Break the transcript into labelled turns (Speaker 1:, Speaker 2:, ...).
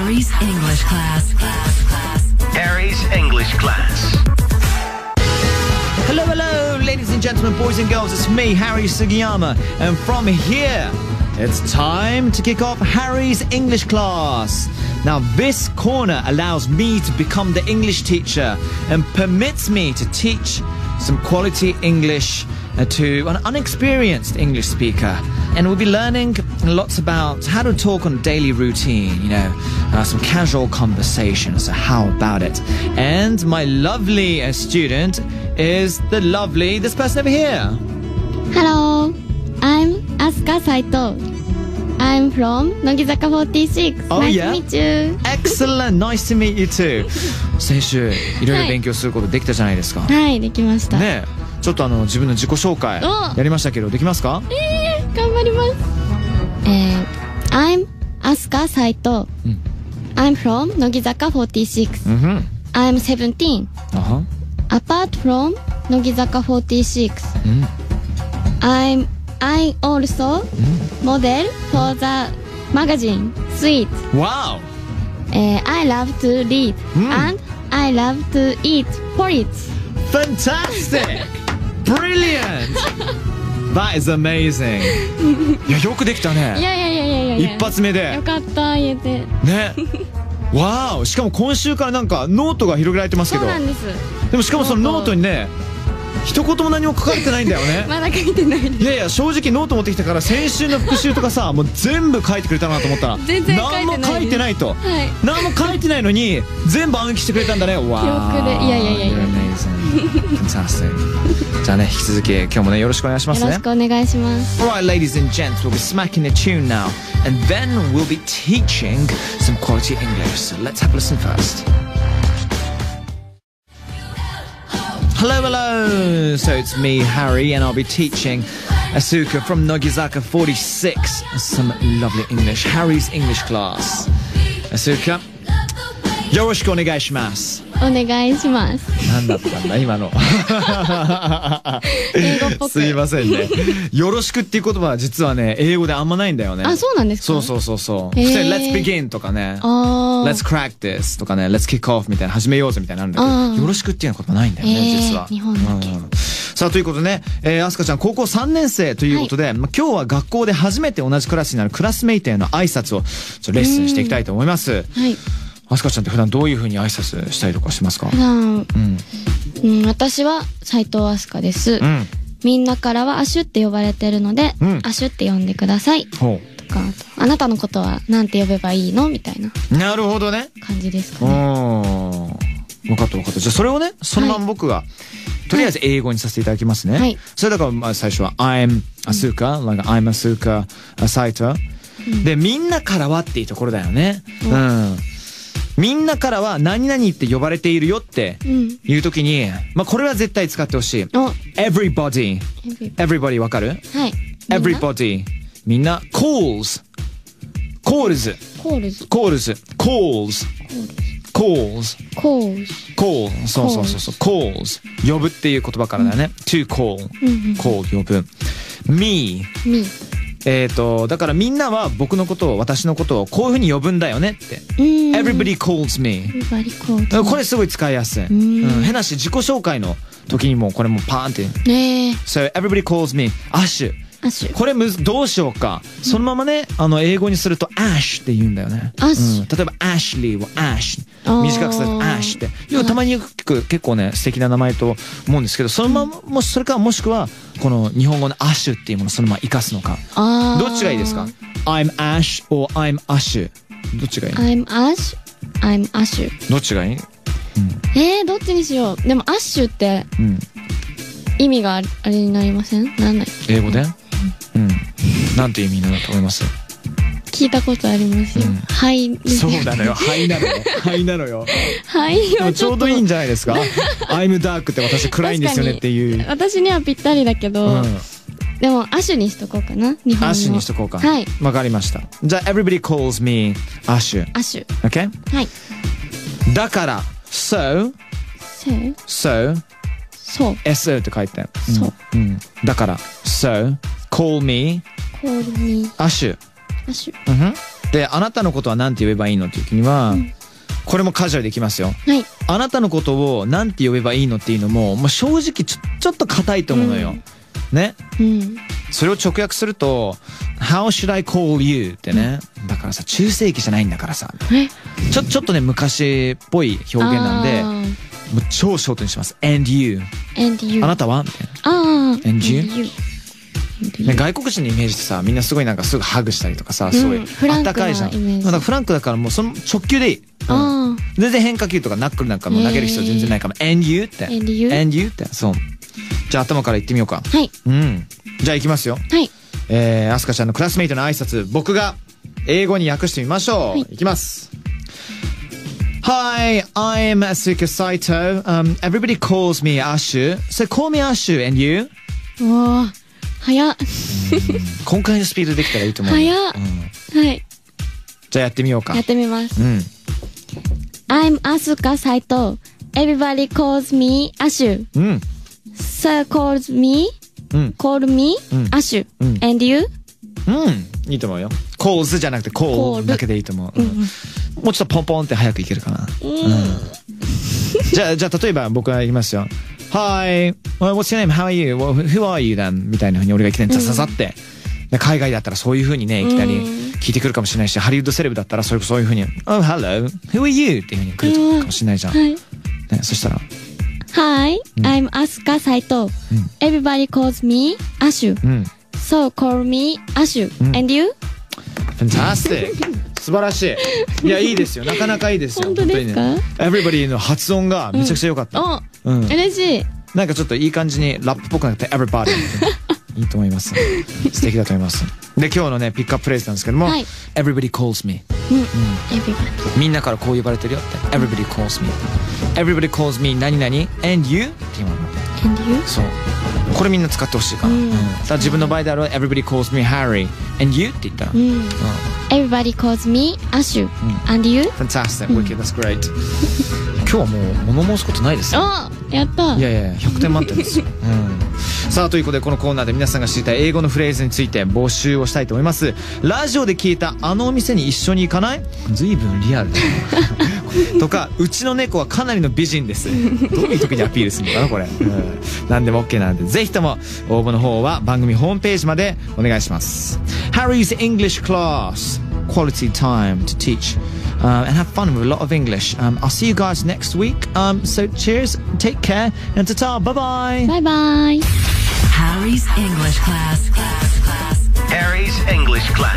Speaker 1: English class. class, class.
Speaker 2: Harry's English class.
Speaker 3: Hello, hello, ladies and gentlemen, boys and girls. It's me, Harry Sugiyama, and from here, it's time to kick off Harry's English class. Now, this corner allows me to become the English teacher and permits me to teach some quality English uh, to an unexperienced English speaker. And we'll be learning lots about how to talk on a daily routine, you know, uh, some casual conversation. So, how about it? And my lovely uh, student is the lovely, this person over here.
Speaker 4: Hello, I'm Asuka Saito. I'm from Nogizaka 46.
Speaker 3: Oh,
Speaker 4: nice to
Speaker 3: yeah?
Speaker 4: meet you.
Speaker 3: Excellent! Nice to meet you too! 先週、いろいろ勉強することできたじゃないですか。ね
Speaker 4: はい、できました。
Speaker 3: え、ちょっとあの、自分の自己紹介、
Speaker 4: お
Speaker 3: やりましたけど、できますか
Speaker 4: えー、頑張ります。えー、I'm Asuka Saito.
Speaker 3: うん
Speaker 4: I'm from Nogizaka 46.
Speaker 3: うんふん。
Speaker 4: I'm 17.
Speaker 3: あは。
Speaker 4: Apart from Nogizaka 46,
Speaker 3: うん。
Speaker 4: I'm I also model for the magazine Sweet.
Speaker 3: わ
Speaker 4: Eh, I love to read and I love to eat porridge.
Speaker 3: o Fantastic! Brilliant! That is amazing! いや、よくできた
Speaker 4: い
Speaker 3: ね。
Speaker 4: やいやいやいやいやいや
Speaker 3: 一発目で
Speaker 4: よ。かった言えて
Speaker 3: ね。わおしかも今週からなんかノートが広げられてます
Speaker 4: そ
Speaker 3: け
Speaker 4: う
Speaker 3: ど
Speaker 4: なんです
Speaker 3: でもしかもそのノートにね一言も何も書かれてないんだよね
Speaker 4: まだ書いてないです
Speaker 3: いやいや正直ノート持ってきたから先週の復習とかさもう全部書いてくれたなと思ったら
Speaker 4: 全然書いてない
Speaker 3: 何も書いてないと
Speaker 4: はい
Speaker 3: 何も書いてないのに全部暗記してくれたんだねわ
Speaker 4: 記憶でいやいやいやいや
Speaker 3: じゃあね引き続き今日もねよろしくお願いします
Speaker 4: よろ
Speaker 3: ね
Speaker 4: しくお願いします
Speaker 3: Alright, ladies and gents, we'll be smacking a tune now, and then we'll be teaching some quality English. So let's have a listen first. Hello, hello! So it's me, Harry, and I'll be teaching Asuka from Nogizaka 46 some lovely English, Harry's English class. Asuka, yoroshiku onegaishimasu.
Speaker 4: お願いし ます
Speaker 3: なんだったんだ、今の。
Speaker 4: 英語っ ぽく
Speaker 3: すいませんね。 よろしくっていう言葉は実はね、英語であんまないんだよね。
Speaker 4: あそうなんですか
Speaker 3: そうそうそうそう。
Speaker 4: へー
Speaker 3: 普通に Let's begin とかね。
Speaker 4: あー
Speaker 3: Let's crack this とかね、Let's kick off みたいな、始めようぜみたいなのあるんだ
Speaker 4: あ
Speaker 3: け
Speaker 4: ー
Speaker 3: ど、よろしくっていう言葉ないんだよね、
Speaker 4: へー
Speaker 3: 実は。
Speaker 4: 日本だけ
Speaker 3: うんさあ、ということでね、えー、アスカちゃん、高校3年生ということで、まあ今日は学校で初めて同じクラスになるクラスメイトへの挨拶を、ちょっとレッスンしていきたいと思います。
Speaker 4: はい
Speaker 3: アスカちゃんって普段どういうふうに挨拶したりとかしますか
Speaker 4: 普段、
Speaker 3: うん。
Speaker 4: うん、私は斉藤飛鳥です、
Speaker 3: うん。
Speaker 4: みんなからはアシュって呼ばれてるので、
Speaker 3: うん
Speaker 4: アシュって呼んでください
Speaker 3: ほ
Speaker 4: とかあとあなたのことはなんて呼べばいいのみたいな
Speaker 3: う。なるほどね。
Speaker 4: 感じですか
Speaker 3: う
Speaker 4: ね
Speaker 3: ん。分かった分かった。じゃあそれをね、そのまま僕が、とりあえず英語にさせていただきますね。
Speaker 4: はい
Speaker 3: それだからまあ最初は、I'm Asuka,、like I'm Asuka, Saito、で、みんなからはっていうところだよね。うん。みんなからは何々って呼ばれているよって
Speaker 4: うん
Speaker 3: いうときに、まあこれは絶対使ってほしい。
Speaker 4: お
Speaker 3: Everybody, everybody わかる
Speaker 4: はい
Speaker 3: ?Everybody, みんな calls, calls,
Speaker 4: コールズ
Speaker 3: calls, calls, calls.
Speaker 4: コールズ
Speaker 3: call そうそうそうそう calls 呼ぶっていう言葉からだよね、to call
Speaker 4: うんうん
Speaker 3: call 呼ぶ me
Speaker 4: み
Speaker 3: えー、とだからみんなは僕のことを私のことをこういうふうに呼ぶんだよねって、
Speaker 4: うん
Speaker 3: everybody calls me
Speaker 4: バリコー
Speaker 3: これすごい使いやすい、
Speaker 4: ん
Speaker 3: うん変なし自己紹介の時にもこれもパーンって
Speaker 4: ねえ
Speaker 3: So everybody calls me アッシュ
Speaker 4: アシュ
Speaker 3: これむずどうしようかそのままねあの英語にすると ash って言うんだよね
Speaker 4: ash
Speaker 3: うん、例えば ashley を ash
Speaker 4: あー
Speaker 3: 短くすると ash って要はたまによく結構ね素敵な名前と思うんですけどそのままもしそれかもしくはこの日本語の ash っていうものをそのまま生かすのか
Speaker 4: あー
Speaker 3: どっちがいいですか I'm ash or I'm ash どっちがいい
Speaker 4: I'm Ash I'm Ash
Speaker 3: どっちがいい
Speaker 4: えー、どっちにしようでもアッシュって
Speaker 3: うん
Speaker 4: 意味がああれになりませんなんない
Speaker 3: 英語でうんなんていう意味なんだと思います
Speaker 4: 聞いたことありますよ、
Speaker 3: うん
Speaker 4: はい
Speaker 3: そうなのよ灰なのよ灰なのよ
Speaker 4: はい
Speaker 3: でもちょうどいいんじゃないです か「I'm dark」って私暗いんですよねっていう。
Speaker 4: 私にはぴったりだけど、
Speaker 3: うん、
Speaker 4: でもアッシュにしとこうかな日本語
Speaker 3: アッシュにしとこうか。
Speaker 4: はい
Speaker 3: わかりました。じゃあ、everybody calls me アッシュ。
Speaker 4: アッシュ
Speaker 3: OK?
Speaker 4: はい
Speaker 3: だから、so,
Speaker 4: せ
Speaker 3: so,
Speaker 4: そう
Speaker 3: so って書いて。ん
Speaker 4: そう。
Speaker 3: うん。だから、so, call me
Speaker 4: コールに
Speaker 3: アッシュ。
Speaker 4: アッシュ
Speaker 3: うんふんであなたのことは何て呼べばいいのっていう時には、これもカジュアルできますよ
Speaker 4: はい。
Speaker 3: あなたのことを何て呼べばいいのっていうのも、まあ、正直ちょちょっと硬いと思うのよ、ね
Speaker 4: うん。
Speaker 3: それを直訳すると「How should I call you?」ってねだからさ中世紀じゃないんだからさ
Speaker 4: え
Speaker 3: ちょちょっとね昔っぽい表現なんで
Speaker 4: あ
Speaker 3: もう超ショートにします「and you」
Speaker 4: ー And you.
Speaker 3: あなたはみたい
Speaker 4: ああ。
Speaker 3: And you?
Speaker 4: And
Speaker 3: な、ね、外国人のイメージってさみんなすごいなんかすぐハグしたりとかさすごい
Speaker 4: うんフラ
Speaker 3: あ
Speaker 4: ン
Speaker 3: っ
Speaker 4: クな
Speaker 3: たかいじゃん、
Speaker 4: イメージ
Speaker 3: まあだからフランクだからもうその直球でいい、うん
Speaker 4: あ
Speaker 3: 全然変化球とかナックルなんかも投げる必要全然ないから「and you」って「
Speaker 4: And you?
Speaker 3: you」ってそうじゃあ頭から言ってみようか
Speaker 4: あ。はい。
Speaker 3: うんじゃあいきますよ
Speaker 4: はい。
Speaker 3: えー、アスカちゃんのクラスメイトの挨拶僕が英語に訳してみましょう、
Speaker 4: はい
Speaker 3: い、きます Hi, I'm Asuka Saito. Um, everybody calls me Ashu. So call me Ashu and you?
Speaker 4: うわあ。早っ。
Speaker 3: 今回のスピードできたらいいと思う。
Speaker 4: 早っ
Speaker 3: うん
Speaker 4: はい。
Speaker 3: じゃあやってみようか
Speaker 4: や。ってみます。
Speaker 3: うん。
Speaker 4: I'm Asuka Saito. Everybody calls me Ashu.
Speaker 3: うん。
Speaker 4: Sir calls me,
Speaker 3: うん。
Speaker 4: call me
Speaker 3: うん
Speaker 4: Ashu.
Speaker 3: うん
Speaker 4: And you?
Speaker 3: うん。いいと思うよ。calls じゃなくて call
Speaker 4: Call
Speaker 3: だけでいいと思う。うんもうちょっとポンポンって早くいけるかな。じゃあ、じゃあ例えば僕がいきますよ。Hi, well, what's your name? How are you? Well, who are you then? みたいな風に俺がいきなりザザザって。で海外だったらそういう風にね、いきなり聞いてくるかもしれないし、ハリウッドセレブだったらそれこそそういう風に、Oh, hello, who are you? っていう風に来るかもしれないじゃん。ね、
Speaker 4: はい。
Speaker 3: そしたら、
Speaker 4: Hi, I'm Asuka Saito. Everybody calls me Ashu.
Speaker 3: うん。
Speaker 4: So call me Ashu. And you?
Speaker 3: Fantastic! 素晴らしい。いや、いいですよ。なかなかいいですよ。
Speaker 4: 本当ですか
Speaker 3: 本当にね Everybody の発音がめちゃくちゃ良かった。
Speaker 4: お、
Speaker 3: うん
Speaker 4: 嬉しい。
Speaker 3: なんかちょっといい感じにラップっぽくなくて Everybody いいと思います素敵だと思いますで今日のねピックアップフレーズなんですけども、
Speaker 4: はい
Speaker 3: Everybody calls me
Speaker 4: うん。Everybody.
Speaker 3: みんなからこう呼ばれてるよって Everybody calls me Everybody calls me 何々 and you って言うの
Speaker 4: And you?
Speaker 3: そうこれみんな使ってほしいかな、
Speaker 4: うん
Speaker 3: だから自分の場合であれば Everybody calls me Harry and you って言ったら、
Speaker 4: うん。Everybody calls me Ashu. And you?
Speaker 3: Fantastic wicked that's great 今日はもう物申すことないですよ
Speaker 4: お、やった
Speaker 3: い。やいや100点満点ですよ、 うん、さあということでこのコーナーで皆さんが知りたい英語のフレーズについて募集をしたいと思いますラジオで聞いたあのお店に一緒に行かない随分リアルだなとかうちの猫はかなりの美人ですどういう時にアピールするのかなこれ、うん、何でも OK なんでぜひとも応募の方は番組ホームページまでお願いします Harry's English Class Quality Time to Teach uh, and have fun with a lot of English. Um, I'll see you guys next week. Um, so cheers, take care, and ta-ta, bye-bye.
Speaker 4: バイバイ。
Speaker 1: Harry's English class. class, class.
Speaker 2: Harry's English class.